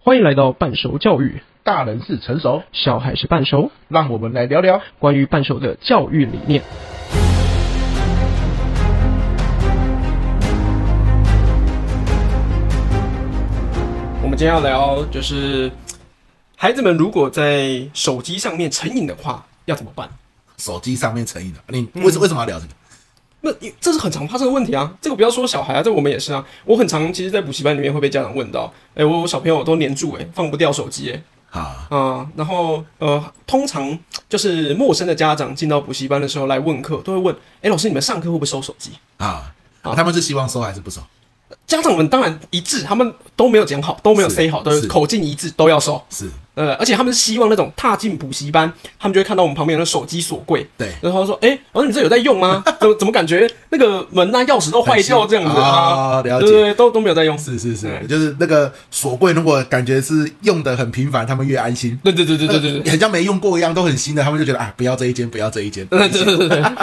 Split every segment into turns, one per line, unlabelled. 欢迎来到半熟教育，
大人是成熟，
小孩是半熟，
让我们来聊聊。
关于半熟的教育理念。我们今天要聊就是，孩子们如果在手机上面成瘾的话，要怎么办？
手机上面成瘾的，你
嗯
为什为什么要聊这个？
那因这是很常发生的问题啊，这个不要说小孩啊，这我们也是啊。我很常其实，在补习班里面会被家长问到，哎、我我小朋友都黏住、哎，放不掉手机、哎，
啊，
啊、然后呃，通常就是陌生的家长进到补习班的时候来问课，都会问：哎，老师，你们上课会不会收手机？
啊，
好
他们是希望收还是不收？
家长们当然一致，他们都没有讲好，都没有
是
say 好，都是
是
口径一致，都要收。
是
呃，而且他们是希望那种踏进补习班，他们就会看到我们旁边有那手机锁柜，
对
然后说：哎，老师，你这有在用吗？怎么怎么感觉那个门啊、钥匙都坏掉这样子啊？
啊了
对对
解。
对，都都没有在用。
是是是，
嗯
就是那个锁柜，如果感觉是用的很频繁，他们越安心。
对对对对对对对
很像没用过一样，都很新的，他们就觉得啊，不要这一间，不要这一间。
对对对对对。
啊，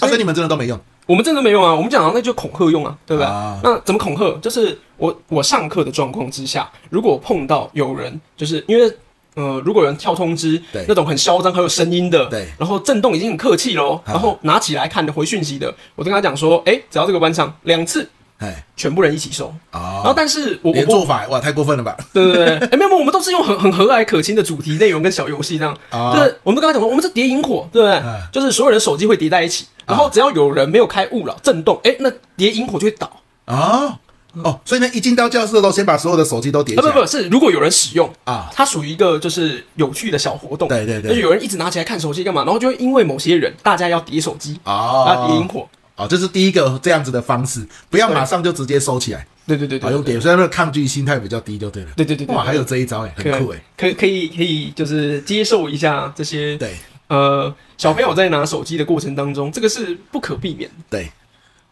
所以你们真的都没用
我们真的没用啊，我们讲那就恐吓用啊，对不对？
啊
那怎么恐吓？就是我我上课的状况之下，如果碰到有人，就是因为呃，如果有人跳通知
对，
那种很嚣张、很有声音的，
对
然后震动已经很客气喽，
啊
然后拿起来看的回讯息的，我就跟他讲说，哎，只要这个班上两次，
哎
全部人一起收。然后，
哦，
但是我
连
我
做
我，
法哇，太过分了吧？
对对对， 哎，没有，没有我们都是用很很和蔼可亲的主题内容跟小游戏这样，
啊
对，我们都跟他讲说，我们是叠萤火，对不对？
嗯
就是所有人手机会叠在一起，然后只要有人没有开勿扰震动，哎，那叠萤火就会倒。
啊哦，所以呢，一进到教室的时候，先把所有的手机都叠
啊
起
不
来
不是，如果有人使用，
啊，
它属于一个就是有趣的小活动。
对对对
就是有人一直拿起来看手机干嘛，然后就会因为某些人，大家要叠手机，啊叠
哦
萤，火。
哦，这是第一个这样子的方式，不要马上就直接收起来，
对对对
好
对，
用
对
点，所以那个抗拒心态比较低就对了。
对对对对，
哇，还有这一招哎，很
对
酷哎，，
可以可以可以，就是接受一下这些
对
呃小朋友在拿手机的过程当中，这个是不可避免的。
对，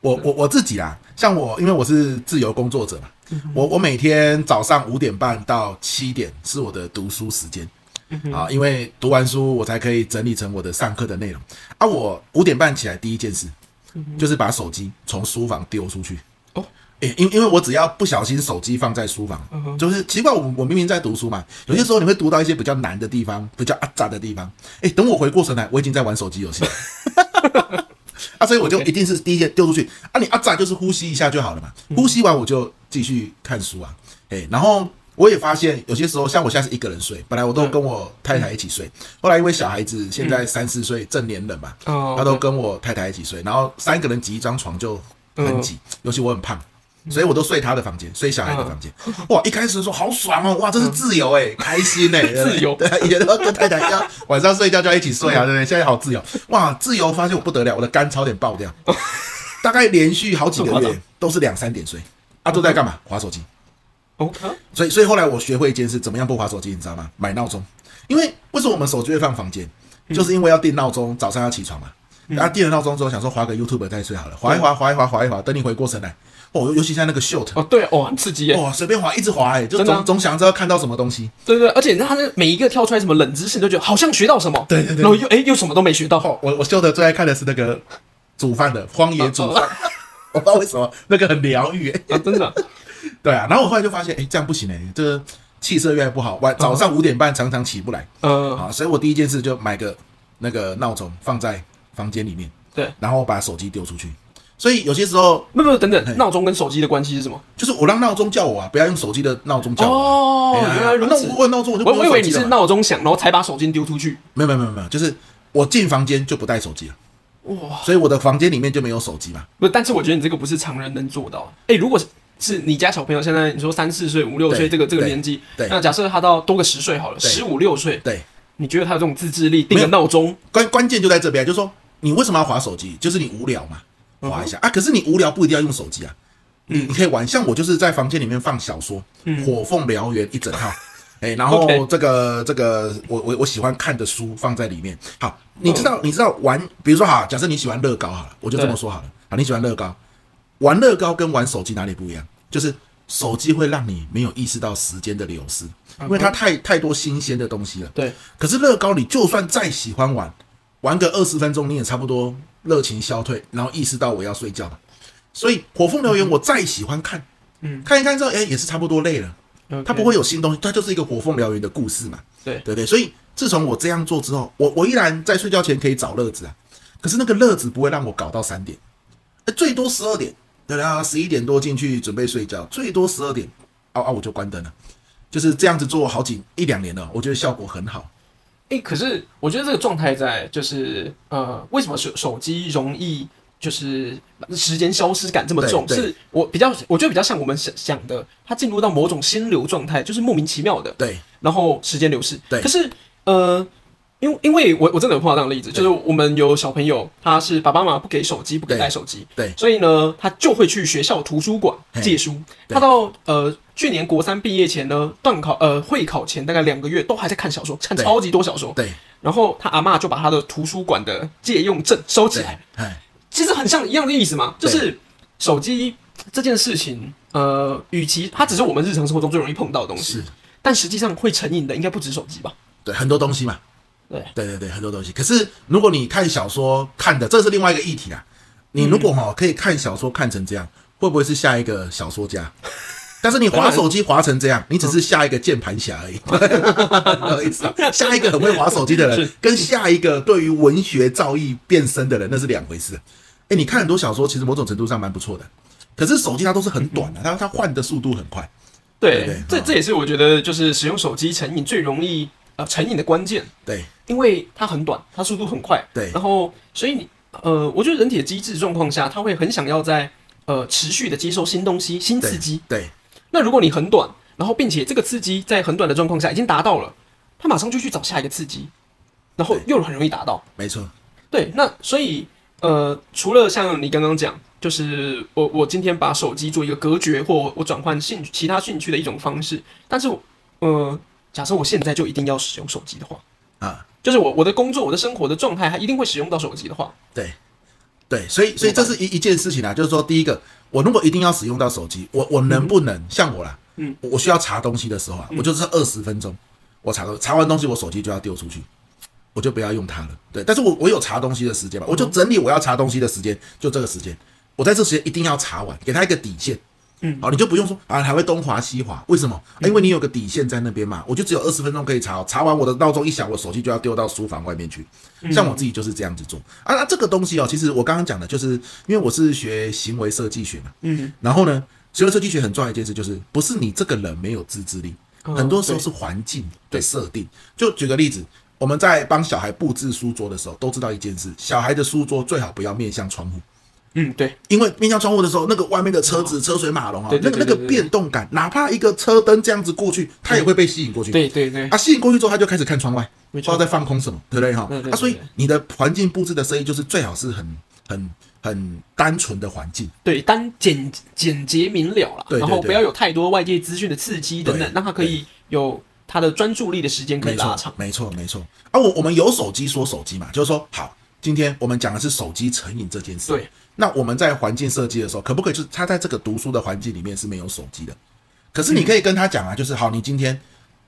我我我自己啦，像我，因为我是自由工作者嘛，我我每天早上五点半到七点是我的读书时间。啊，因为读完书我才可以整理成我的上课的内容啊。我五点半起来第一件事就是把手机从书房丢出去。
嗯哦嗯
诶，因因为我只要不小心手机放在书房，就是奇怪，我我明明在读书嘛，有些时候你会读到一些比较难的地方，比较阿杂的地方。诶，等我回过神来，我已经在玩手机 游戏了。啊，所以我就
OK
一定是第一件丢出去啊，你啊炸就是呼吸一下就好了嘛，
嗯
呼吸完我就继续看书啊，哎、然后我也发现有些时候，像我现在是一个人睡，本来
嗯
我都跟我太太一起睡，后来因为小孩子现在三四岁正年人嘛，
哦
他都跟我太太一起睡，然后三个人挤一张床就很挤，
嗯
尤其我很胖。所以我都睡他的房间，睡小孩的房间。
嗯
哇，一开始说好爽哦，哇，这是自由哎、开心哎、
自由
对，以前都跟太 太要晚上睡觉就要一起睡啊，对不对？现在好自由，哇，自由发现我不得了，我的肝差点 爆掉，大概连续好几
这么
个
夸
月都是两三点睡，啊，都在干嘛？划手机。
OK，
所以，所以后来我学会一件事，怎么样不划手机，你知道吗？买闹钟，因为为什么我们手机会放房间，
嗯
就是因为要定闹钟，早上要起床嘛。然后定了闹钟之后，想说划个 YouTube 再睡好了，划一划，划一划，划一划，等你回过神来，哦，尤尤其像那个 Short，
哦对哦，很刺激耶。
哇、随便划，一直划，哎，就
真的啊
总总想知道看到什么东西。
对对，而且他那每一个跳出来什么冷知识，你都觉得好像学到什么，
对对对
然后又哎又什么都没学到。
哦，我我秀的最爱看的是那个煮饭的荒野煮饭， 我不知道为什么那个很疗愈、欸。
哦啊，真的，
对啊，然后我后来就发现，哎、这样不行哎、这个气色越来越不好，晚早上五点半常常起不来
嗯，
啊，所以我第一件事就买个那个闹钟放在房间里面，
对，
然后把手机丢出去。所以有些时候
不不，等等，闹钟跟手机的关系是什么？
就是我让闹钟叫我啊，不要用手机的闹钟叫我啊。
哦，
哎呀
原来如
那
此。
我问闹钟，我就不
我
用
我以
手
为
机
你
了
是
嘛
闹钟响，然后才把手机丢出去。
没有没有没有没有，就是我进房间就不带手机了，
哇！
所以我的房间里面就没有手机嘛。
不，但是我觉得你这个不是常人能做到。哎、如果是是你家小朋友现在你说三四岁、五六岁
对
这个这个
对
年纪，
对
那假设他到多个十岁好了，十五六岁，
对，
你觉得他有这种自制力，定个
没有
闹钟，
关关键就在这边，就是说你为什么要划手机？就是你无聊嘛，划一下、啊。可是你无聊不一定要用手机啊，你你可以玩。像我就是在房间里面放小说，火凤燎原》一整套。 哎、然后
OK
这个这个，我我我喜欢看的书放在里面。好，你知道、你知道玩，比如说好，假设你喜欢乐高好了，我就这么
对
说好了。好，你喜欢乐高，玩乐高跟玩手机哪里不一样？就是手机会让你没有意识到时间的流失，因为它太太多新鲜的东西了。
对，
可是乐高，你就算再喜欢玩，玩个二十分钟，你也差不多热情消退，然后意识到我要睡觉了。所以《火凤燎原》我再喜欢看，嗯，看一看之后，哎、也是差不多累了。它不
OK，
会有新东西，它就是一个火凤燎原的故事嘛。
对
对不对，所以自从我这样做之后，我我依然在睡觉前可以找乐子啊，可是那个乐子不会让我搞到三点，呃最多十二点，对啦，十一点多进去准备睡觉，最多十二点，啊啊我就关灯了，就是这样子做好几一两年了，我觉得效果很好。
诶，可是我觉得这个状态在就是呃，为什么手手机容易就是时间消失感这么重？
对对
是我比较，我觉得比较像我们想想的，它进入到某种心流状态，就是莫名其妙的，
对
然后时间流逝。
对
可是呃，因为因为我我真的有碰到这样的例子，就是我们有小朋友，他是爸爸妈妈不给手机，不给
对
带手机，
对
所以呢，他就会去学校图书馆
嘿
借书。
对
他到呃去年国三毕业前呢，段考呃会考前大概两个月都还在看小说，看
对
超级多小说。
对
然后他阿嬷就把他的图书馆的借用证收起
对
来，，
哎，
其实很像一样的意思嘛，就
对
是手机这件事情，呃，与其它只是我们日常生活中最容易碰到的东西
是，
但实际上会成瘾的应该不止手机吧？
对很多东西嘛，
对
对对对，很多东西。可是如果你看小说看的，这是另外一个议题啦。你如果哈、可以看小说看成这样，会不会是下一个小说家？但是你
当
滑
然
手机滑成这
嗯
样，你只是下一个键盘侠而已， 懂我意思吗？下一个很会滑手机的人
是，
跟下一个对于文学造诣变深的人，那是两回事。哎，你看很多小说，其实某种程度上蛮不错的，可是手机它都是很短的、
嗯
它它换的速度很快。
对，
对
这
嗯
这也是我觉得就是使用手机成瘾最容易呃成瘾的关键，
对
因为它很短，它速度很快，
对
然后所以你呃，我觉得人体的机制状况下，它会很想要在呃持续的接受新东西、新
对
刺激，
对
那如果你很短，然后并且这个刺激在很短的状况下已经达到了，他马上就去找下一个刺激，然后又很容易达到。
没错，
对，那所以呃，除了像你刚刚讲，就是我我今天把手机做一个隔绝，或我转换兴其他兴趣的一种方式，但是我呃，假设我现在就一定要使用手机的话，
啊，
就是我我的工作、我的生活的状态，它一定会使用到手机的话，
对，对，所以所以这是一一件事情啊，就是说，第一个，我如果一定要使用到手机，我我能不能、像我啦，
嗯，
我需要查东西的时候啊，我就是二十分钟，我查东查完东西，我手机就要丢出去，我就不要用它了。对，但是我我有查东西的时间嘛，我就整理我要查东西的时间，就这个时间，我在这时间一定要查完，给他一个底线。
嗯
好，你就不用说啊，还会东滑西滑，为什么？啊因为你有个底线在那边嘛，我就只有二十分钟可以查哦，查完我的闹钟一响，我手机就要丢到书房外面去。
嗯
像我自己就是这样子做啊。那这个东西哦，其实我刚刚讲的就是，因为我是学行为设计学嘛，
嗯，
然后呢，行为设计学很重要一件事就是，不是你这个人没有自制力，
嗯
很多时候是环境的设定。就举个例子，我们在帮小孩布置书桌的时候，都知道一件事：小孩的书桌最好不要面向窗户。
嗯，对，
因为面向窗户的时候，那个外面的车子车水马龙啊
哦对，对
那个那个
对对对
变动感，哪怕一个车灯这样子过去，它也会被吸引过去。
对对对，
啊，吸引过去之后，他就开始看窗外，不
没
知
错
道在放空什么，对不对哈
对对？对
啊，所以
对
你的环境布置的声音就是最好是很很很单纯的环境，
对，单简简洁明了啦，
对对
然后
对
不要有太多外界资讯的刺激等等
对，
让他可以有他的专注力的时间可以
没
拉
错
长，。
没错，没错。啊，我我们有手机说手机嘛，就是说好，今天我们讲的是手机成瘾这件事。
对，
那我们在环境设计的时候，可不可以就是他在这个读书的环境里面是没有手机的？可是你可以跟他讲啊，就是好，你今天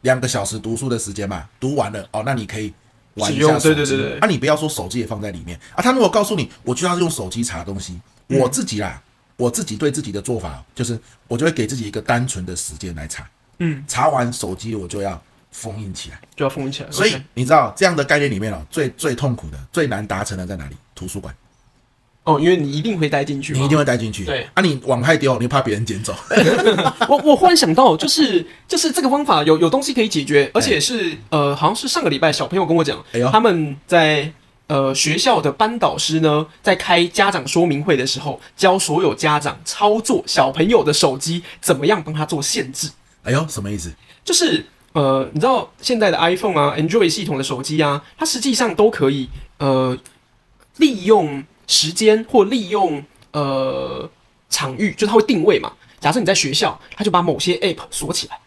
两个小时读书的时间嘛，读完了哦，那你可以玩一
使用
下手机。
对对对对
啊，你不要说手机也放在里面啊。他如果告诉你，我就要用手机查东西，
嗯
我自己啦，我自己对自己的做法就是，我就会给自己一个单纯的时间来查。
嗯，
查完手机我就要封印起来。
就要封起来。
所以
OK
你知道这样的概念里面哦，最最痛苦的、最难达成的在哪里？图书馆，
哦，因为你一定会带进去嘛，
你一定会带进去。
对
啊，你往外丢，你怕别人捡走。
我我忽然想到，就是就是这个方法有有东西可以解决，而且是呃，好像是上个礼拜小朋友跟我讲，
哎呦
他们在呃学校的班导师呢，在开家长说明会的时候，教所有家长操作小朋友的手机怎么样帮他做限制，
哎呦，什么意思？
就是呃，你知道现在的 iPhone 啊、Android 系统的手机啊，它实际上都可以呃利用时间或利用呃场域，就是它会定位嘛。假设你在学校，它就把某些 App 锁起来。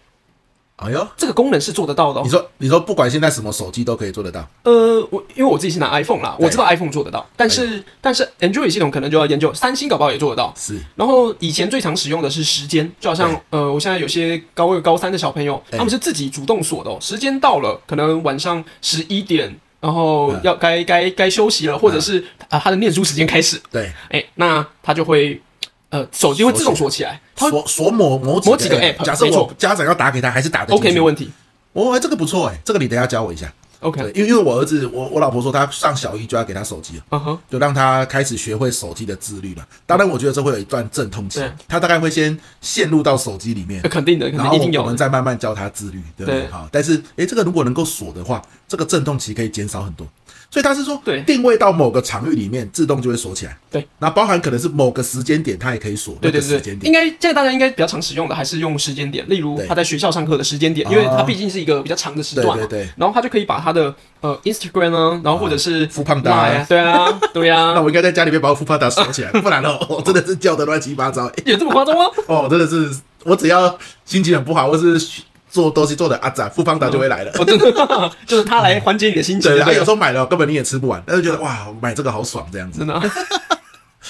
哎呦，
这个功能是做得到的、哦
你。说你说，不管现在什么手机都可以做得到。
呃，我因为我自己是拿 iPhone 啦，
对
我知道 iPhone 做得到，但是但是 Android 系统可能就要研究，三星搞不好也做得到。
是，
然后以前最常使用的是时间，就好像呃，我现在有些高二、高三的小朋友，
对
他们是自己主动锁的、哦，时间到了，可能晚上十一点，然后
嗯
要该该该休息了，或者是啊、他的念书时间开始，
对
哎，那他就会呃手机会自动锁起来，它会
锁锁某某
某几个 app，
假设
没
我
错
家长要打给他，还是打得进去
OK 没问题
哦，哎这个不错哎，这个你等一下教我一下。对，
OK，
因为因为我儿子，我我老婆说她上小一就要给他手机了，
嗯哼，
就让他开始学会手机的自律了。当然，我觉得这会有一段阵痛期
对，
他大概会先陷入到手机里面
呃，肯定的，肯
然
定
后
一定
我
有
们
的，
再慢慢教他自律，对不对？
对
好，但是诶，这个如果能够锁的话，这个阵痛期可以减少很多。所以他是说，
对
定位到某个场域里面，自动就会锁起来。
对，
那包含可能是某个时间点，它也可以锁
对
那个
对
时
对
间
对，应。
点
该现在大家应该比较常使用的还是用时间点，例如
对
他在学校上课的时间点，
啊
因为它毕竟是一个比较长的时
对
段嘛
对，对，
然后他就可以把他的呃 Instagram 啊，然后或者是
富胖
Line 啊
达，，
对啊， 对
那
啊，
我应该在家里面把我富胖达锁 起来，不然哦，我真的是叫的乱七八糟。诶
有这么夸张吗？
哦，真的是，我只要心情很不好，或是做东西做的阿杂，富邦达就会来了。
我真的 就是他来缓解你的心情，
对，
对
啊
不
有
对？
时候买了根本你也吃不完，但是觉得哇，买这个好爽这样子。
真的啊，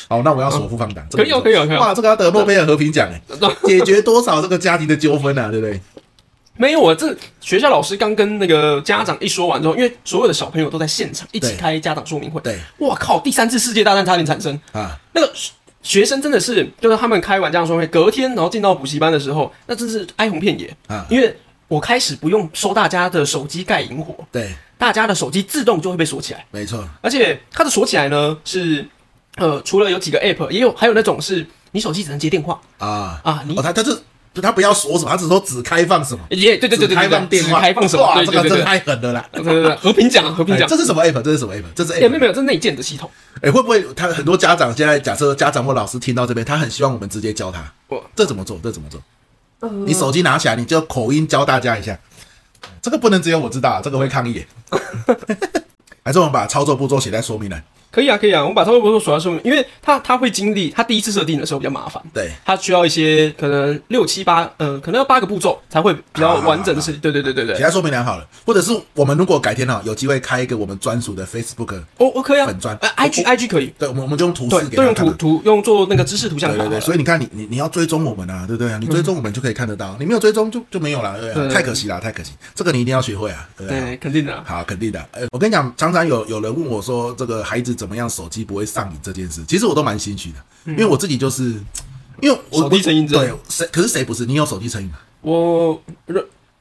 好，那我要锁富邦达，这个
可以哦可以哦可以哦
哇，这个要得诺贝尔和 平奖哎，解决多少这个家庭的纠纷啊，对不对？
没有，我这学校老师刚跟那个家长一说完之后，因为所有的小朋友都在现场一起
对
开家长说明会，
对
哇靠！第三次世界大战差点产生，
啊，
那个学学生真的是，就是他们开完家长说明会，隔天然后进到补习班的时候，那真是哀鸿遍野
啊
因为我开始不用收大家的手机盖引火，
对，
大家的手机自动就会被锁起来，
没错，
而且它的锁起来呢是，呃，除了有几个 app，也有还有那种是你手机只能接电话
啊
啊，你
哦，他他就他不要锁什么，他只说只开放什么，
也对对对对
只
对，
开放
对
电话，
只开放什
哇
么？对
这
对对
个真
对
的太狠了啦。
对对对，和平奖，和平
哎
奖
这，是什么 app？这是什么 app？这是 app？
也没有没有，这内建的系统，
哎、会不会他很多家长现在假设家长或老师听到这边，他很希望我们直接教他
我，
这怎么做？这怎么做？你手机拿起来，你就口音教大家一下，这个不能只有我知道，这个会抗议。 还是我们把操作步骤写在说明栏？
可以啊，可以啊，我把它微波炉锁在说明，因为它它会经历它第一次设定的时候比较麻烦，
对，
它需要一些可能六七八，呃，可能要八个步骤才会比较完整的事情。对对对对
写
对，
在说明栏好了。或者是我们如果改天哈有机会开一个我们专属的 Facebook
哦，我可以啊，
粉砖
呃，IG IG 可以，
对，我们我们就用图
对
示，给
都
他
用
看
图
嘛。
图用做那个知识图像
对
卡
对
好
对，
了，
所以你看你，你你要追踪我们啊，对不对啊？你追踪我们就可以看得到，你没有追踪就就没有了，对不对啊？
对
太可惜了，太可惜，这个你一定要学会啊，对不对啊？
对，肯定的啊，
好，肯定的。呃，我跟你讲，常常有有人问我说，这个孩子怎么样手机不会上瘾这件事，其实我都蛮心虚的，因为我自己就是，因为我
手机成瘾者
对，谁可是谁不是？你有手机成瘾吗？
我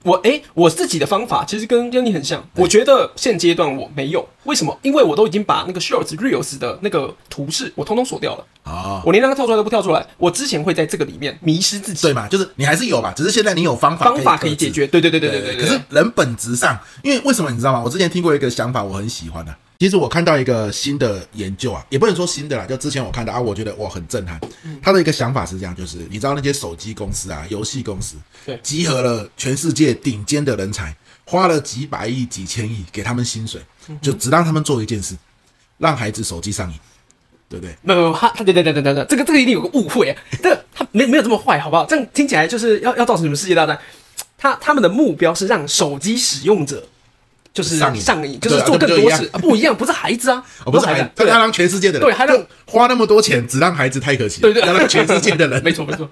我诶，我自己的方法其实跟跟你很像，我觉得现阶段我没有，为什么？因为我都已经把那个 Shorts Reels 的那个图示我通通锁掉了，
哦，
我连那个跳出来都不跳出来。我之前会在这个里面迷失自己，
对嘛，就是你还是有吧，只是现在你有方法
方法可以
克制
解。决。对对对对
对
对对对。
可是人本质上，因为为什么你知道吗？我之前听过一个想法，我很喜欢的、啊其实我看到一个新的研究啊，也不能说新的啦，就之前我看到啊，我觉得哇很震撼。
嗯
他的一个想法是这样，就是你知道那些手机公司啊、游戏公司，
对
集合了全世界顶尖的人才，花了几百亿、几千亿给他们薪水，
嗯
就只让他们做一件事，让孩子手机上瘾，对不对？
没有没有，他他等等等等等等，这个这个一定有个误会，这个他没没有这么坏，好不好？这样听起来就是要要造成什么世界大战？他他们的目标是让手机使用者就是
上瘾
就是
对啊
做更
这不就
多
一样
事，啊不一样，不是孩子啊，
哦，不是
孩
孩
子
子，，
对
要
啊
让全世界的人
对还让
就花那么多钱，只让孩子太可惜了，
对对，
要让全世界的 人
没错没错，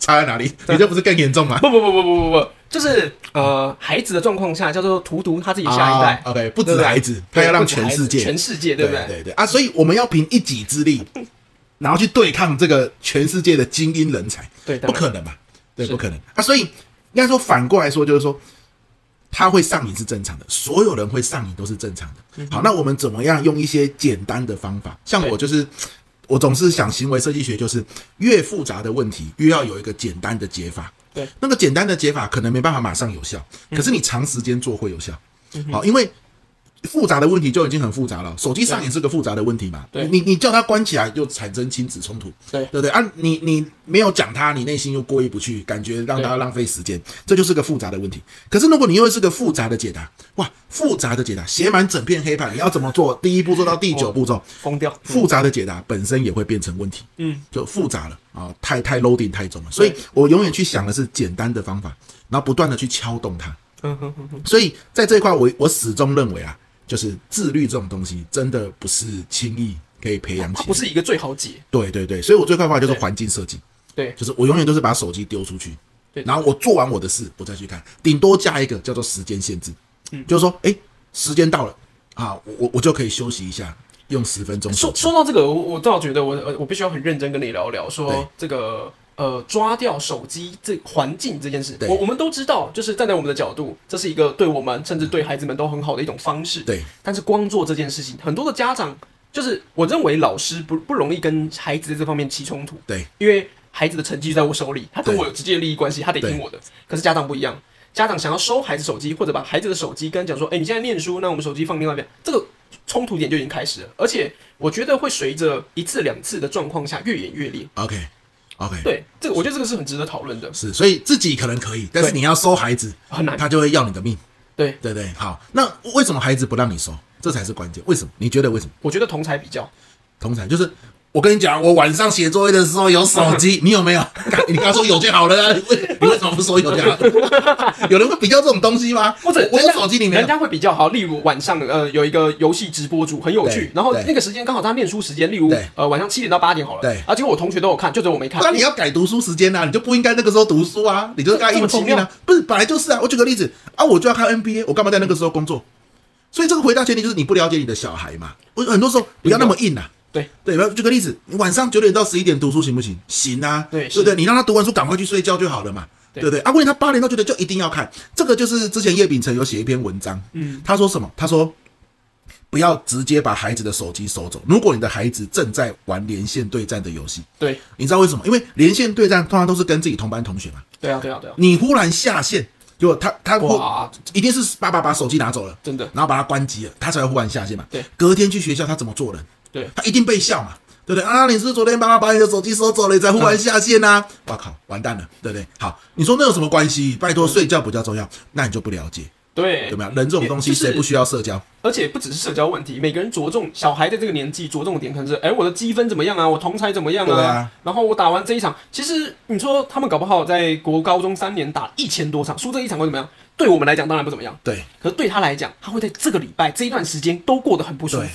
差在哪里？你这不是更严重吗？
不不不不不不不，就是呃孩子的状况下叫做荼毒他自己下一代，
o k 啊不
对
止
不对
孩子，他要让全世界，
全世界对
对
不
对对啊！所以我们要凭一己之力，然后去对抗这个全世界的精英人才，
对
不
当然
可能嘛？对，
是
不可能啊！所以应该说反过来说，就是说他会上瘾是正常的，所有人会上瘾都是正常
嗯
的。好，那我们怎么样用一些简单的方法？像我
对
就是。我总是想，行为设计学就是越复杂的问题，越要有一个简单的解法。
对，
那个简单的解法可能没办法马上有效，
嗯
可是你长时间做会有效。好，因为复杂的问题就已经很复杂了，手机上瘾是个复杂的问题嘛。
对
你你叫他关起来，就产生亲子冲突，
对
对不对啊？你你没有讲他，你内心又过意不去，感觉让他
对
浪费时间，这就是个复杂的问题。可是如果你又是个复杂的解答，哇，复杂的解答写满整片黑板，你要怎么做？第一步做到第九步骤，
疯掉，
复杂的解答本身也会变成问题，
嗯，
就复杂了啊，太太 loading 太重了，所以我永远去想的是简单的方法，然后不断的去敲动它，
嗯哼哼哼，
所以在这一块我，我始终认为啊，就是自律这种东西真的不是轻易可以培养
它
起
啊不
来。
是一个最好解，
对对对，所以我最快的话就是环境设计，
对
就是我永远都是把手机丢出去，
对
然后我做完我的事，我再去看，顶多加一个叫做时间限制，嗯，就是说，哎，时间到了啊，我我我就可以休息一下。用十分钟手
说
机。
说到这个，我我倒觉得我呃我必须要很认真跟你聊聊，
对
说这个呃抓掉手机这环境这件事
对，
我我们都知道，就是站在我们的角度，这是一个对我们甚至对孩子们都很好的一种方式。
对，
但是光做这件事情，很多的家长就是我认为老师不不容易跟孩子在这方面起冲突，
对，
因为孩子的成绩在我手里，他跟
对
我有直接的利益关系，他得听我的。可是家长不一样，家长想要收孩子手机，或者把孩子的手机跟他讲说，哎、你现在念书，那我们手机放另外一边，这个冲突点就已经开始了，而且我觉得会随着一次两次的状况下越演越烈。
OK OK，
对，这个我觉得这个是很值得讨论的，
是，所以自己可能可以，但是
对
你要收孩子，
很难。
他就会要你的命，
对，
对不对？好，那为什么孩子不让你收？这才是关键。为什么？你觉得为什么？
我觉得同才比较，
通常就是我跟你讲，我晚上写作业的时候有手 机，你有没有？干你刚说有就好了啊，你为你为什么不说有就好？ 有人会比较这种东西吗？
或者
我我
人
有
家
手机，你没有
人？家会比较好。例如晚上呃有一个游戏直播主很有趣
对，
然后
对
那个时间刚好他念书时间，例如
对
呃晚上七点到八点好了，
对
啊结果我同学都有看，就只有我没看
不。然你要改读书时间啊，你就不应该那个时候读书啊，你就是该应勤练啊。不是，本来就是啊。我举个例子啊，我就要看 NBA，我干嘛在那个时候工作？所以这个回到前提就是你不了解你的小孩嘛。我很多时候不要那么硬啊。
对
对，然后举个例子，你晚上九点到十一点读书行不行？行啊，
对
对不对？你让他读完书赶快去睡觉就好了嘛，对
对
不对？啊，问他八点到九点就一定要看，这个就是之前叶秉成有写一篇文章，嗯，他说什么？他说不要直接把孩子的手机收走，如果你的孩子正在玩连线对战的游戏，
对
你知道为什么？因为连线对战通常都是跟自己同班同学嘛，
对啊对啊对啊，
你忽然下线，结果他他会
哇
一定是爸爸把手机拿走了，
真的
然后把他关机了，他才会忽然下线嘛。
对，
隔天去学校他怎么做人？
对
他一定被笑嘛，对不对？啊，你是不是昨天爸爸把你的手机收走了，你才忽然下线呐、啊？我、靠，完蛋了，对不对？好，你说那有什么关系？拜
嗯
托，睡觉比较重要，那你就不了解，
对
对，吧？人这种东西
哎就是
谁不需要社交？
而且不只是社交问题，每个人着重小孩在这个年纪着重的点可能是，哎、我的积分怎么样啊，我同才怎么样
对啊
然后我打完这一场，其实你说他们搞不好在国高中三年打一千多场，输这一场会怎么样？对我们来讲当然不怎么样，
对
可是对他来讲，他会在这个礼拜这一段时间都过得很不舒
对
服。，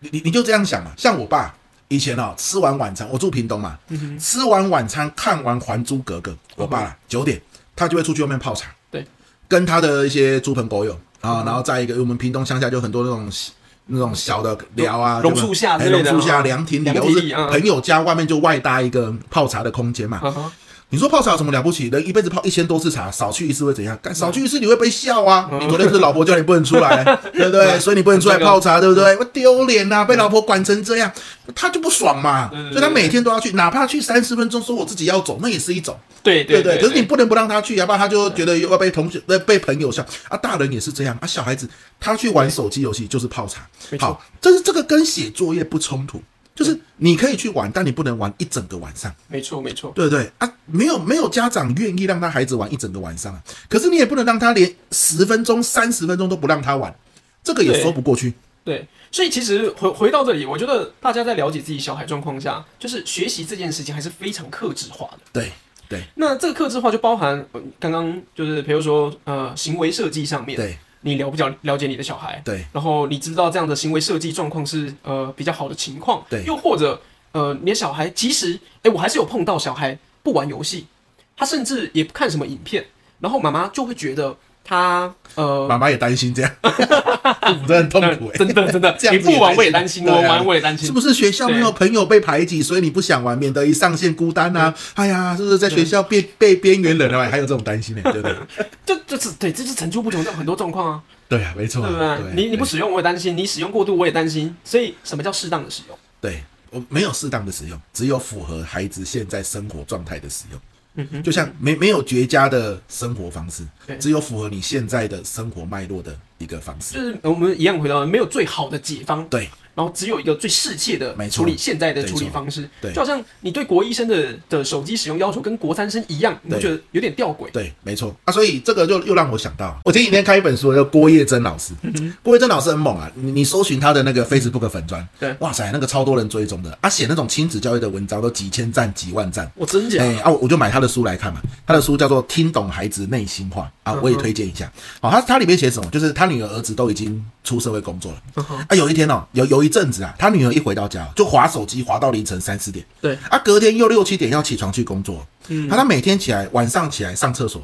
你你你就这样想嘛。像我爸以前哦，吃完晚餐，我住屏东嘛，
嗯
吃完晚餐看完《还珠格格》，我爸啦九点他就会出去外面泡茶，
哦对，嗯
跟他的一些猪朋狗友啊，然后在一个因为我们屏东乡下就很多那种小那种小的寮啊，
榕
对吧
榕树下
哎
之类的
榕树下
啊
凉亭里，
凉
或
亭里
是
啊
朋友家外面就外搭一个泡茶的空间嘛。
嗯哼
你说泡茶有什么了不起？人一辈子泡一千多次茶，少去一次会怎样？干少去一次你会被笑啊！
嗯
你昨天是老婆叫你不能出 来，对不对？所以你不能出来泡茶，对不
嗯
对？我丢脸呐、被老婆管成这样，他就不爽嘛。
对对对
所以他每天都要去，哪怕去三十分钟，说我自己要走，那也是一种，
对
对
对
不对？可是你不能不让他去，要啊不然他就觉得要被同学、被被朋友笑啊。大人也是这样啊，小孩子他去玩手机游戏就是泡茶，
没错
好，但是这个跟写作业不冲突，就是你可以去玩，但你不能玩一整个晚上。
没错没错，
对不对啊？没有没有家长愿意让他孩子玩一整个晚上啊，可是你也不能让他连十分钟、三十分钟都不让他玩，这个也
对
说不过去。
对，所以其实回回到这里，我觉得大家在了解自己小孩状况下，就是学习这件事情还是非常克制化的。
对
那这个克制化就包含呃刚刚就是比如说呃行为设计上面，
对
你了不了了解你的小孩，
对
然后你知道这样的行为设计状况是呃比较好的情况，
对
又或者呃你的小孩其实哎我还是有碰到小孩不玩游戏，他甚至也不看什么影片，然后妈妈就会觉得他呃。
妈妈也担心 这样，父母真的很痛苦哎、
真的真的
这，样
你
子也
不玩我也
担
担
心
心，我
对啊
玩我也担心
是，不是学校没有朋友被排挤，所以你不想玩，免得一上线孤单啊？哎呀，是不是在学校被被边缘人了、啊哎还有这种担心呢、对不对？
这这是对，这是层出不穷，这很多状况啊，
对啊，没错啊、
对不对？你你不
对
使用我也担心，你使用过度我也担心，所以什么叫适当的使用？
对，我没有适当的使用，只有符合孩子现在生活状态的使用。嗯、就像没没有绝佳的生活方式
对，
只有符合你现在的生活脉络的一个方
就
式。
是我们一样回到没有最好的解方，
对
然后只有一个最适切的
没
处
错
理现在的
没
处
错
理方式，
对
就好像你对国一生的的手机使用要求跟国三生一样，你
对
会觉得有点吊诡。
对，没错啊，所以这个就又让我想到，我前几天看一本书，叫郭叶珍老师。
嗯
郭叶珍老师很猛啊，你你搜寻他的那个 Facebook 粉砖，
对
哇塞，那个超多人追踪的，啊，写那种亲子教育的文章都几千赞、几万赞，
我真假？
哎、啊，我就买他的书来看嘛。他的书叫做《听懂孩子内心话》
嗯
啊，我也推荐一下。好、他他里面写什么？就是他女儿儿子都已经出社会工作了。
嗯
啊，有一天哦，有有一阵子啊，他女儿一回到家就划手机，划到凌晨三四点。
对
啊，隔天又六七点要起床去工作。嗯，他他每天起来晚上起来上厕所，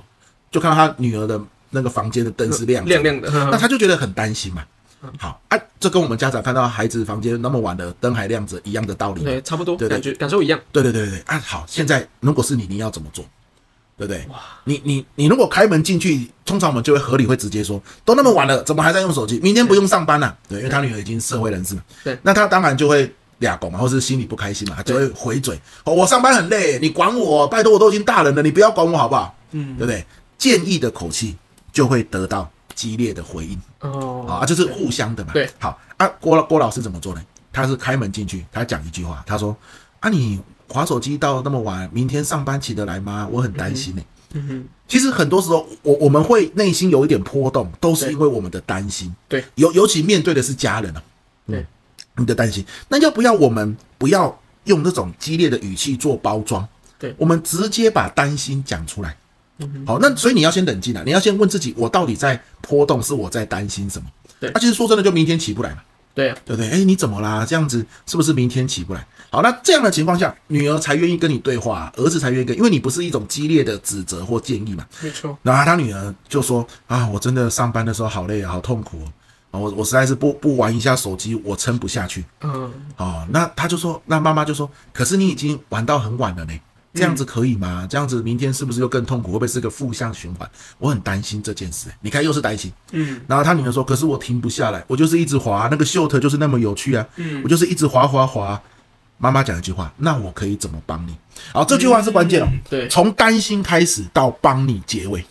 就看到他女儿的那个房间的灯是亮
嗯
着
亮亮的，嗯
那他就觉得很担心嘛。好啊，这跟我们家长看到孩子房间那么晚了，灯还亮着一样的道理嘛。
对，差不多，
对对
感觉感受一样。
对对对对对啊，好，现在如果是你，你要怎么做？对不对？你你你如果开门进去，通常我们就会合理会直接说，都那么晚了，怎么还在用手机？明天不用上班了、对，因为他女儿已经社会人士了，
对
那他当然就会俩拱嘛，或是心里不开心嘛，他就会回嘴，哦，我上班很累，你管我，拜托我都已经大人了，你不要管我好不好？嗯，对不对？建议的口气就会得到激烈的回应。
哦，
啊，就是互相的嘛。
对，
好啊，郭老郭老师怎么做呢？他是开门进去，他讲一句话，他说：“啊，你划手机到那么晚，明天上班起得来吗？我很担心呢、
嗯哼，
其实很多时候，我我们会内心有一点波动，都是因为我们的担心。
对，
尤尤其面对的是家人啊，
对，
你的担心，那要不要我们不要用那种激烈的语气做包装？
对嗯
我们直接把担心讲出来。好，那所以你要先冷静啊，你要先问自己，我到底在波动，是我在担心什么？
对
啊，其实说真的，就明天起不来嘛，
对啊，
对不对？哎，你怎么啦？这样子是不是明天起不来？好，那这样的情况下，女儿才愿意跟你对话、啊儿子才愿意跟，因为你不是一种激烈的指责或建议嘛。
没错，
然后他女儿就说：“啊，我真的上班的时候好累啊，好痛苦哦，啊我我实在是不不玩一下手机，我撑不下去。”
嗯，
哦，那他就说，那妈妈就说，可是你已经玩到很晚了
嗯
呢，这样子可以吗？这样子明天是不是又更痛苦？会不会是个负向循环？我很担心这件事。你看，又是担心。
嗯。
然后他女儿说，可是我停不下来，我就是一直滑，那个 short 就是那么有趣啊，
嗯
我就是一直滑滑滑。妈妈讲一句话，那我可以怎么帮你？好，这句话是关键哦。
嗯对
从担心开始到帮你结尾。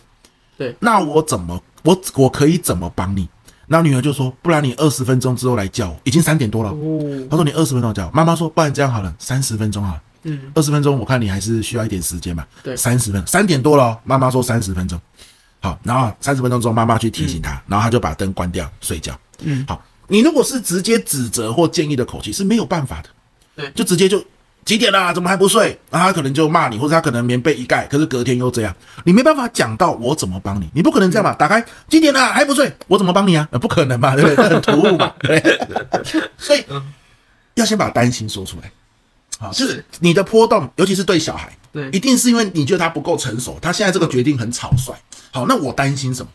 对，
那我怎么我我可以怎么帮你？然后女儿就说，不然你二十分钟之后来叫我，已经三点多了。
哦，
他说你二十分钟讲，妈妈说不然这样好了，三十分钟好了。
嗯，
二十分钟我看你还是需要一点时间吧。
对
三十分三点多了、哦，妈妈说三十分钟。好，然后三十分钟之后，妈妈去提醒他，然后他就把灯关掉睡觉。
嗯，
好，你如果是直接指责或建议的口气是没有办法的，
对
就直接就几点啊啦、怎么还不睡？然后他可能就骂你，或者他可能棉被一盖，可是隔天又这样，你没办法讲到我怎么帮你，你不可能这样嘛，打开几点啦、还不睡，我怎么帮你啊？呃不可能嘛，对不对？这很突兀嘛，对不对。所以要先把担心说出来。好，就是
是
你的波动，尤其是对小孩，
对
一定是因为你觉得他不够成熟，他现在这个决定很草率。好，那我担心什么？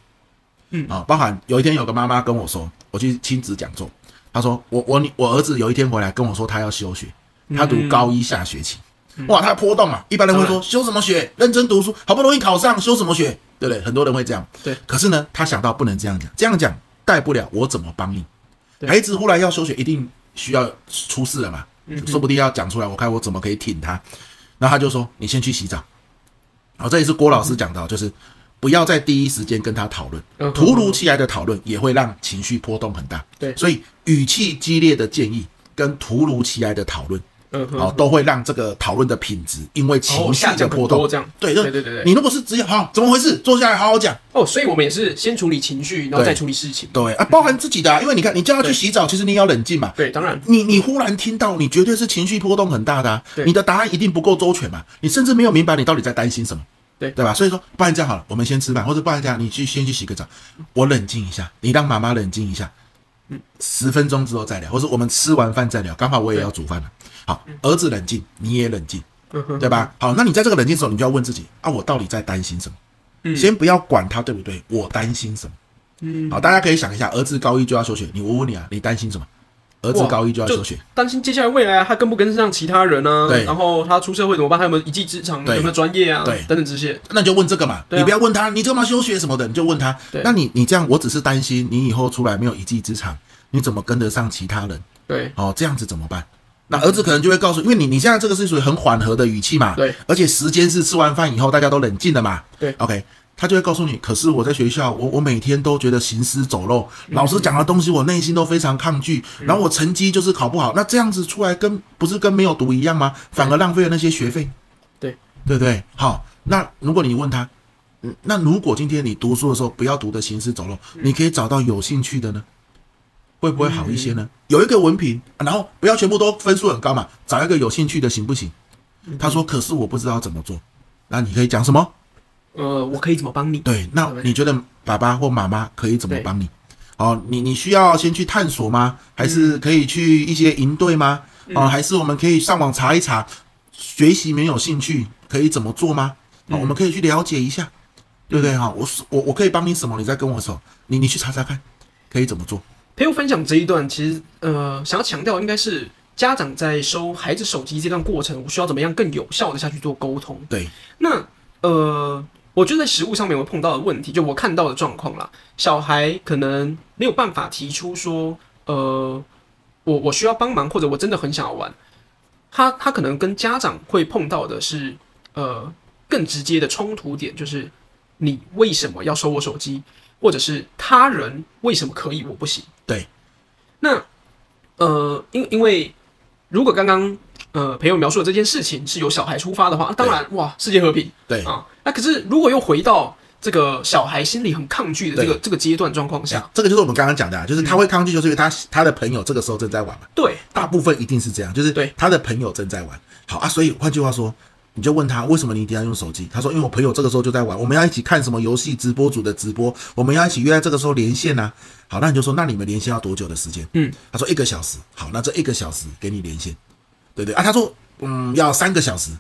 嗯
啊，包含有一天有个妈妈跟我说，我去亲子讲座，她说我我女我儿子有一天回来跟我说他要休学，
嗯
他读高一下学期，哇，他波动啊！一般人会
当
说休什么学，认真读书，好不容易考上，休什么学，对不对？很多人会这样。
对
可是呢，他想到不能这样讲，这样讲带不了，我怎么帮你？
对
孩子忽然要休学，一定需要出事了嘛，
嗯
说不定要讲出来，我看我怎么可以挺他。那他就说：“你先去洗澡。”好，这也是郭老师讲到，就是不要在第一时间跟他讨
嗯
论，突如其来的讨论也会让情绪波动很大。
对
所以语气激烈的建议跟突如其来的讨论，
嗯哼，
好，都会让这个讨论的品质因为情
哦
绪
下
的
降
波
很
动
多这样
对
对对对对
你如果是直接好，怎么回事？坐下来好好讲。
哦，所以我们也是先处理情绪，然后
对
再处理事情。
对 啊，包含自己的、啊，因为你看，你叫他去洗澡，其实你也要冷静嘛。
对，当然，
你你忽然听到，你绝对是情绪波动很大的、啊，
对
你的答案一定不够周全嘛，你甚至没有明白你到底在担心什么，
对
对吧？所以说，不然这样好了，我们先吃饭，或者不然这样，你去先去洗个澡，我冷静一下，你让妈妈冷静一下，
嗯
十分钟之后再聊，或者我们吃完饭再聊，刚好我也要煮饭了。好，儿子冷静，你也冷静，
嗯哼，
对吧？好，那你在这个冷静的时候，你就要问自己啊，我到底在担心什么？
嗯
先不要管他对不对，我担心什么？
嗯，
好，大家可以想一下，儿子高一就要休学，你我问你啊，你担心什么？儿子
哇
高一就要休学，，
担心接下来未来啊他跟不跟上其他人啊，
对
然后他出社会怎么办？他有没有一技之长？
对
有没有专业啊？
对
等等这些。
那你就问这个嘛，
对啊
你不要问他，你干嘛休学什么的，你就问他
对。
那你你这样，我只是担心你以后出来没有一技之长，你怎么跟得上其他人？
对，
哦，这样子怎么办？那儿子可能就会告诉，因为你你现在这个是属于很缓和的语气嘛，
对，
而且时间是吃完饭以后大家都冷静了嘛，
对
，OK，他就会告诉你，可是我在学校，我我每天都觉得行尸走肉，
嗯
老师讲的东西我内心都非常抗拒，然后我成绩就是考不好，那这样子出来跟不是跟没有读一样吗？反而浪费了那些学费，
对，
对不对？好，那如果你问他，嗯那如果今天你读书的时候不要读的行尸走肉，你可以找到有兴趣的呢，会不会好一些呢？有一个文凭，啊然后不要全部都分数很高嘛，找一个有兴趣的行不行？他说：“可是我不知道怎么做。”那你可以讲什么？
呃，我可以怎么帮你？
对，那
对
你觉得爸爸或妈妈可以怎么
对
帮你？哦，你你需要先去探索吗？还是
嗯
可以去一些营队吗？哦，还是我们可以上网查一查，学习没有兴趣可以怎么做吗？哦，
嗯
我们可以去了解一下，对不对？哈、我我我可以帮你什么？你再跟我说，你你去查查看，可以怎么做？
朋友分享这一段，其实呃，想要强调应该是家长在收孩子手机这段过程，我需要怎么样更有效的下去做沟通。
对，
那呃，我觉得在实物上面我碰到的问题，就我看到的状况啦，小孩可能没有办法提出说，呃，我我需要帮忙，或者我真的很想要玩。他他可能跟家长会碰到的是，呃，更直接的冲突点，就是你为什么要收我手机，或者是他人为什么可以我不行？
对。
那呃，因因为如果刚刚呃朋友描述的这件事情是由小孩出发的话，当然哇，世界和平
对
啊。那可是如果又回到这个小孩心里很抗拒的这个这个阶段状况下，
这个就是我们刚刚讲的、啊，
嗯
就是他会抗拒，就是因为他他的朋友这个时候正在玩嘛，
对
大部分一定是这样，就是
对
他的朋友正在玩。好啊，所以换句话说，你就问他为什么你一定要用手机？他说因为我朋友这个时候就在玩，我们要一起看什么游戏直播组的直播，我们要一起约在这个时候连线啊。好，那你就说那你们连线要多久的时间？
嗯，
他说一个小时。好，那这一个小时给你连线，对对啊。他说嗯要三个小时。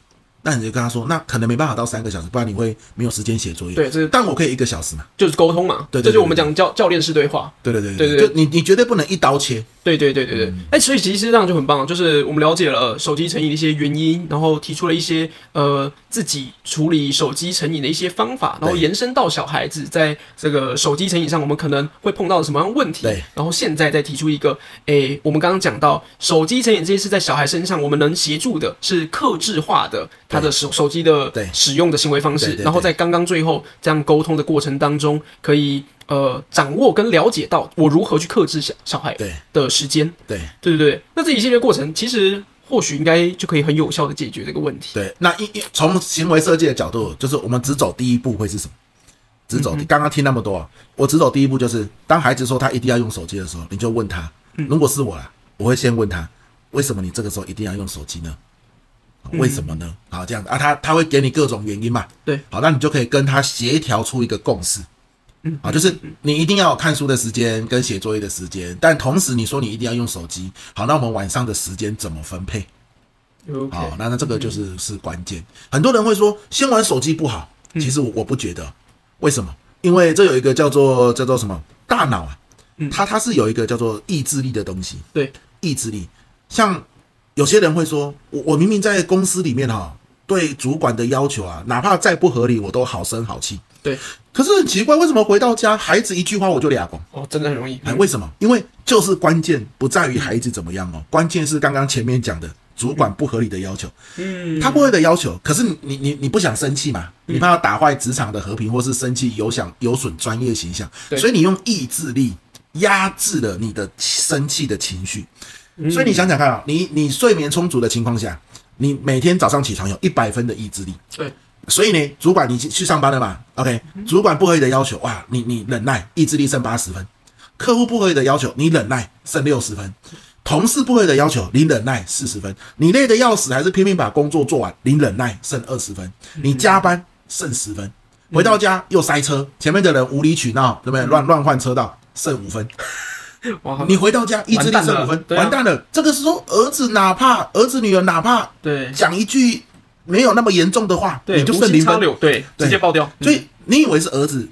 那你就跟他说，那可能没办法到三个小时，不然你会没有时间写作业。
对这是
但我可以一个小时嘛？
就是沟通嘛，
对对对
这就是我们讲教教练式对话。
对对对
对对对
就你你绝对不能一刀切。
对对对对对，
嗯
哎、所以其实这样就很棒，就是我们了解了手机成瘾的一些原因，然后提出了一些呃自己处理手机成瘾的一些方法，然后
对
延伸到小孩子在这个手机成瘾上，我们可能会碰到什么样的问题
对，
然后现在再提出一个，哎、我们刚刚讲到手机成瘾这件事，在小孩身上我们能协助的是克制化的他的手手机的
对
使用的行为方式，
对对对
然后在刚刚最后这样沟通的过程当中，可以呃掌握跟了解到我如何去克制小小孩
对
的时间。
对，
对对对，那这一系列过程其实或许应该就可以很有效的解决这个问题。
对，那一一从行为设计的角度，就是我们只走第一步会是什么？只走第，刚刚听那么多，啊我只走第一步就是，当孩子说他一定要用手机的时候，你就问他，如果是我啦，我会先问他，为什么你这个时候一定要用手机呢？为什么呢？好，这样子啊，他他会给你各种原因嘛。
对，
好，那你就可以跟他协调出一个共识。嗯，好，就是你一定要有看书的时间跟写作业的时间，但同时你说你一定要用手机，好，那我们晚上的时间怎么分配？
OK，
好、那那这个就是、是关键。很多人会说先玩手机不好，其实我我不觉得，为什么？因为这有一个叫做叫做什么大脑啊，它它是有一个叫做意志力的东西，
对，
意志力。像有些人会说，我我明明在公司里面哈、对主管的要求啊，哪怕再不合理，我都好声好气。
对，
可是很奇怪，为什么回到家，孩子一句话我就俩拱？
哦，真的很容易。
哎，为什么？因为就是关键不在于孩子怎么样哦，关键是刚刚前面讲的主管不合理的要求。嗯，他不合理的要求，可是你你你你不想生气嘛？你怕打坏职场的和平，或是生气有想有损专业形象，
对
所以你用意志力压制了你的生气的情绪。所以你想想看啊、你你睡眠充足的情况下，你每天早上起床有一百分的意志力，
对，
所以呢，主管你去去上班了嘛？OK，主
嗯
管不合理的要求，哇，你你忍耐，意志力剩八十分；客户不合理的要求，你忍耐剩六十分；同事不合理的要求，你忍耐四十分；你累得要死，还是拼命把工作做完，你忍耐剩二十分；
嗯
你加班剩十分，回到家又塞车，前面的人无理取闹，对不对？
嗯
乱乱换车道，剩五分。
哇，
你回到家意志力剩
完蛋
五分
了，对啊
完蛋了。这个时候，儿子哪怕儿子女儿哪怕
对
讲一句没有那么严重的话，
对，
你就
无
剩
心
零
插
分。
柳，对，嗯
对
直接爆掉。
所以你以为是儿子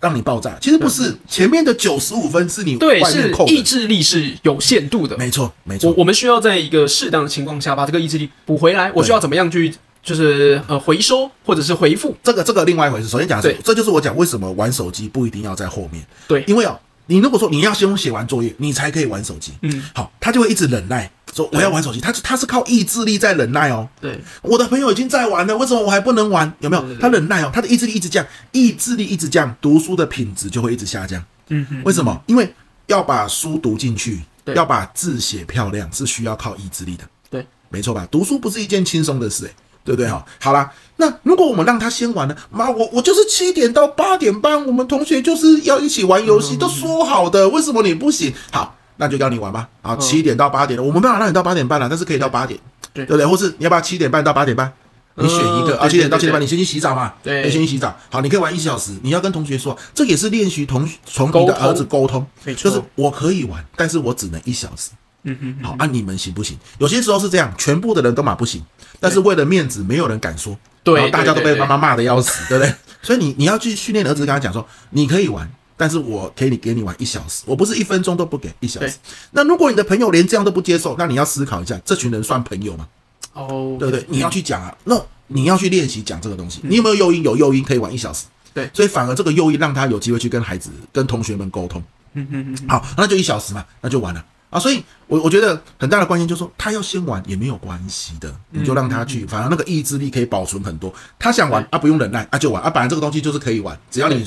让你爆炸，其实不是。前面的九十五分是你
对，
外面
是
扣
意
的，
志力是有限度的。
没错，没
我
错。
我们需要在一个适当的情况下把这个意志力补回来。我需要怎么样去就是呃回收或者是回复？
这个这个另外一回事。首先讲是
对，
这就是我讲为什么玩手机不一定要在后面。
对
因为哦，你如果说你要先写完作业，你才可以玩手机。
嗯，
好，他就会一直忍耐，说我要玩手机。他是他是靠意志力在忍耐哦。
对，
我的朋友已经在玩了，为什么我还不能玩？有没有？他忍耐哦，他的意志力一直降，意志力一直降，读书的品质就会一直下降。
嗯哼，
为什么？因为要把书读进去，
对
要把字写漂亮，是需要靠意志力的，
对，
没错吧？读书不是一件轻松的事、欸，对不对哈？好啦，那如果我们让他先玩呢？妈，我我就是七点到八点半，我们同学就是要一起玩游
嗯
戏，都说好的，为什么你不行？好，那就要你玩吧。好，七点到八点了，我们没办法让你到八点半了，啊但是可以到八点，
嗯对
对不对？或是你要不要七点半到八点半？你选一个
嗯
啊，七点到
对对对
七点半，你先去洗澡嘛，
对
你先去洗澡。好，你可以玩一小时，你要跟同学说，这也是练习同从你
沟
的
通
儿子沟通，
没错
就是我可以玩，但是我只能一小时。
嗯哼，
好，按、啊你们行不行？有些时候是这样，全部的人都骂不行，但是为了面子，没有人敢说，
对
然后大家都
对
被
对
妈妈骂的要死，对不对？所以你你要去训练儿子，跟他讲说，你可以玩，但是我可以给你玩一小时，我不是一分钟都不给，一小
对
时。那如果你的朋友连这样都不接受，那你要思考一下，这群人算朋友吗？
哦，
对不对？你要去讲啊，那你要去练习讲这个东西。你有没有诱因？有诱因可以玩一小时。
嗯对
所以反而这个诱因让他有机会去跟孩子、跟同学们沟通。
嗯嗯嗯，
好，那就一小时嘛，那就完了啊。所以我，我觉得很大的关键就是说，他要先玩也没有关系的，你就让他
嗯
去，反而那个意志力可以保存很多。他想玩啊，不用忍耐啊，就玩啊。本来这个东西就是可以玩，只要你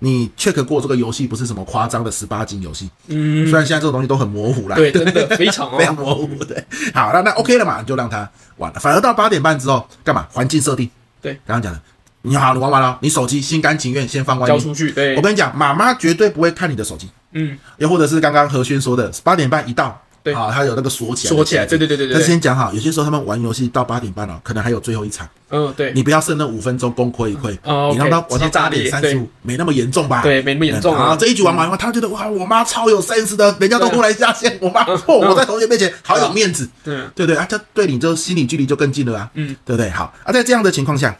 你 check 过这个游戏不是什么夸张的十八禁游戏，
嗯，
虽然现在这个东西都很模糊啦，
对，真的 非常
非常
哦，
模糊。对，好，那那 OK 了嘛，你就让他玩了。反而到八点半之后，干嘛？环境设定，
对，
刚刚讲的，你好，你玩完了，哦你手机心甘情愿先放外
交
面。
出去，对
我，跟你讲，妈妈绝对不会看你的手机，
嗯，
又或者是刚刚何轩说的，八点半一到，
对
啊，他有那个锁起来的机制，
锁起来，对对对对
但是
对，
先讲好，有些时候他们玩游戏到八点半了，哦可能还有最后一场，
嗯，对，
你不要剩那五分钟功亏一篑
哦，
你让
OK，
他玩
直接
到八
炸
点
裂
三十五，没那么严重吧？
对，没那么严重
啊！
啊，
这一局玩完以后，他觉得哇，我妈超有 sense 的，人家都过来下线，我妈
嗯
哦，我在同学面前好有
嗯
面子，
嗯，
对不对啊？这对你就心理距离就更近了啊，
嗯，
对不对？好啊，在这样的情况下，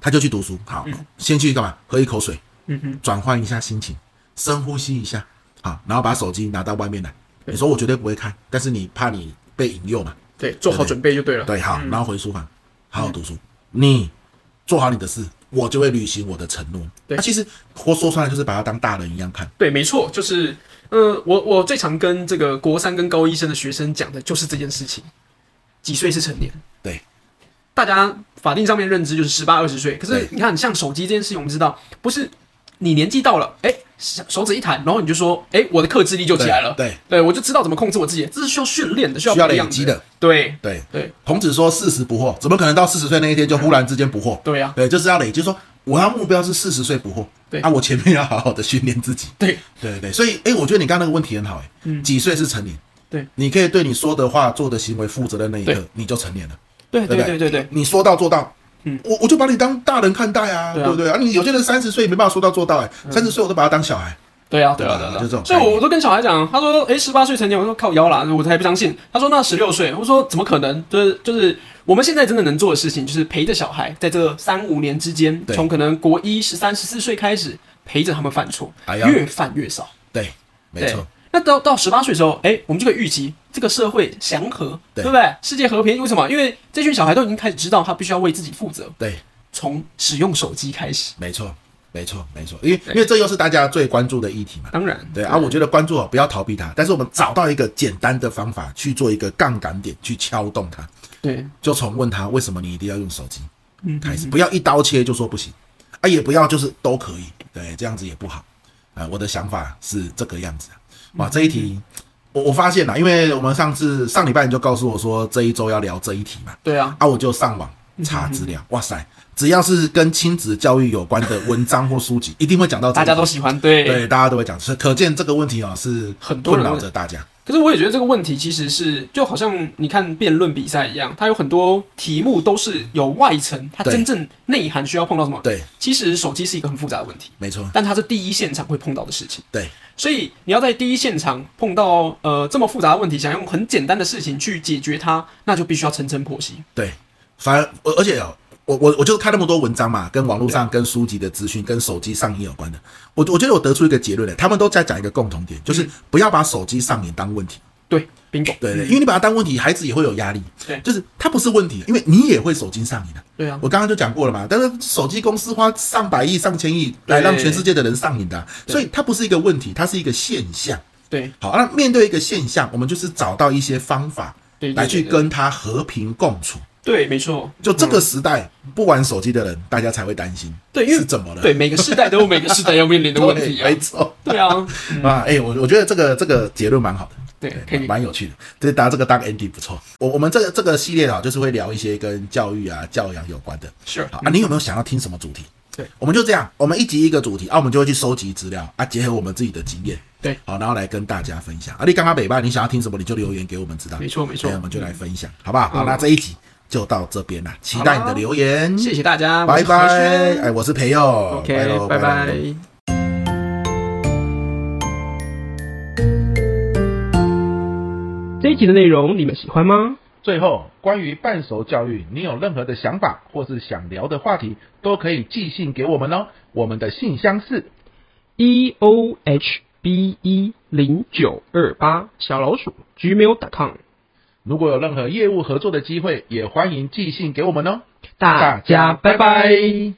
他就去读书，好，先去干嘛？喝一口水，
嗯哼，
转换一下心情，深呼吸一下，好，然后把手机拿到外面来。你说我绝对不会看，但是你怕你被引诱嘛？
对，做好准备就对了，
对，好，然后回书房好好读
嗯
书，你做好你的事，我就会履行我的承诺。
对
啊其实活说穿了就是把他当大人一样看。
对，没错，就是，呃，我我最常跟这个国三跟高一生的学生讲的就是这件事情，几岁是成年？
对，
大家法定上面认知就是十八二十岁，可是
对
你看，像手机这件事情，我们知道不是你年纪到了，哎、手手指一弹，然后你就说，哎、我的克制力就起来了，
对
对，
对
我就知道怎么控制我自己，这是需要训练的，需要
需要
培养
累积的，
对
对，
对
孔子说四十不惑，怎么可能到四十岁那一天就忽然之间不惑？
对啊，
对，就是要累积，就是说我要目标是四十岁不惑。
对
啊，我前面要好好的训练自己。
对，
对对对，所以哎，我觉得你刚刚那个问题很好，哎，
嗯
几岁是成年？
对，
你可以对你说的话、做的行为负责任那一刻
对，
你就成年了。
对对
对不
对对对，
你说到做到。
嗯
我我就把你当大人看待啊，
对啊嗯
不对啊？你有些人三十岁没办法说到做到、欸，哎，三十岁我都把他当小孩，
对啊，对
对
啊，
吧
对啊，
就这种
所以
概念
我我都跟小孩讲，他说：“哎，十八岁成年。”我说：“靠腰啦，我才不相信。”他说：“那十六岁。”我说：“怎么可能？就是就是，我们现在真的能做的事情，就是陪着小孩，在这三五年之间，
对
从可能国一十三、十四岁开始，陪着他们犯错，
哎呀
越犯越少。
对，没
对
错，，
那到到十八岁的时候，哎，我们就可以预期这个社会祥和，对
对
不对？世界和平。为什么？因为这群小孩都已经开始知道，他必须要为自己负责，
对，
从使用手机开始。
没错，没错，没错，因为因为这又是大家最关注的议题嘛。
当然，
对啊，我觉得关注哦，不要逃避它，但是我们找到一个简单的方法去做一个杠杆点，去敲动它，
对，
就从问他为什么你一定要用手机
嗯，
开始，不要一刀切就说不行，啊，也不要就是都可以，对，这样子也不好。啊，我的想法是这个样子啊。
嗯
哇，这一题我我发现啊了，因为我们上次上礼拜你就告诉我说这一周要聊这一题嘛，
对啊，
啊，我就上网查
嗯
资料，哇塞，只要是跟亲子教育有关的文章或书籍，一定会讲到这
大
一题，
家都喜欢，对
对，大家都会讲，所以可见这个问题啊是
很多
困
人
扰着大家。
可是我也觉得这个问题其实是就好像你看辩论比赛一样，它有很多题目都是有外层，它
对
真正内涵需要碰到什么？
对，
其实手机是一个很复杂的问题，
没错，
但它是第一现场会碰到的事情。
对，
所以你要在第一现场碰到呃这么复杂的问题，想用很简单的事情去解决它，那就必须要层层剖析。
对，反而而而且哦，我我我就看那么多文章嘛，跟网络
啊
上、跟书籍的资讯、跟手机上瘾有关的，我我觉得我得出一个结论了，他们都在讲一个共同点，就是
嗯
不要把手机上瘾当问题。
对，bingo。
对对，因为你把它当问题，孩子也会有压力。
嗯对
就是它不是问题，因为你也会手机上瘾的、
对啊，
我刚刚就讲过了嘛，但是手机公司花上百亿、上千亿来让全世界的人上瘾的啊、所以它不是一个问题，它是一个现象。
对
好，那面对一个现象，我们就是找到一些方法
对对
来去
对
跟它和平共处。
对，没错。
就这个时代，不玩手机的人，大家才会担心。
对因为
是怎么了？
对每个世代都有每个世代要面临的
对，
问题啊
没。错。
对啊，
啊，哎、我我觉得这个这个结论蛮好的。
对，可
蛮
以。
蛮有趣的，这答这个当 Andy 不错。我我们这个这个系列啊，就是会聊一些跟教育啊、教养有关的。
Sure，
好啊，你有没有想要听什么主题？
嗯对，
我们就这样，我们一集一个主题啊，我们就会去收集资料啊，结合我们自己的经验，
对
好，然后来跟大家分享。啊，你刚刚北半，你想要听什么，你就留言给我们知道，哎
没错没错
对我们就来分享，好不好？好，
嗯
那这一集就到这边啦，期待你的留言，
谢谢大家，我
拜
是何
拜。
轩
哎，我是培佑
OK，
喽
拜
喽
拜。这一集的内容你们喜欢吗？
最后，关于半熟教育，你有任何的想法或是想聊的话题，都可以寄信给我们哦。我们的信箱是
e o h b e 零九二八小老鼠 gmail.com，
如果有任何业务合作的机会，也欢迎寄信给我们哦。
大家拜拜。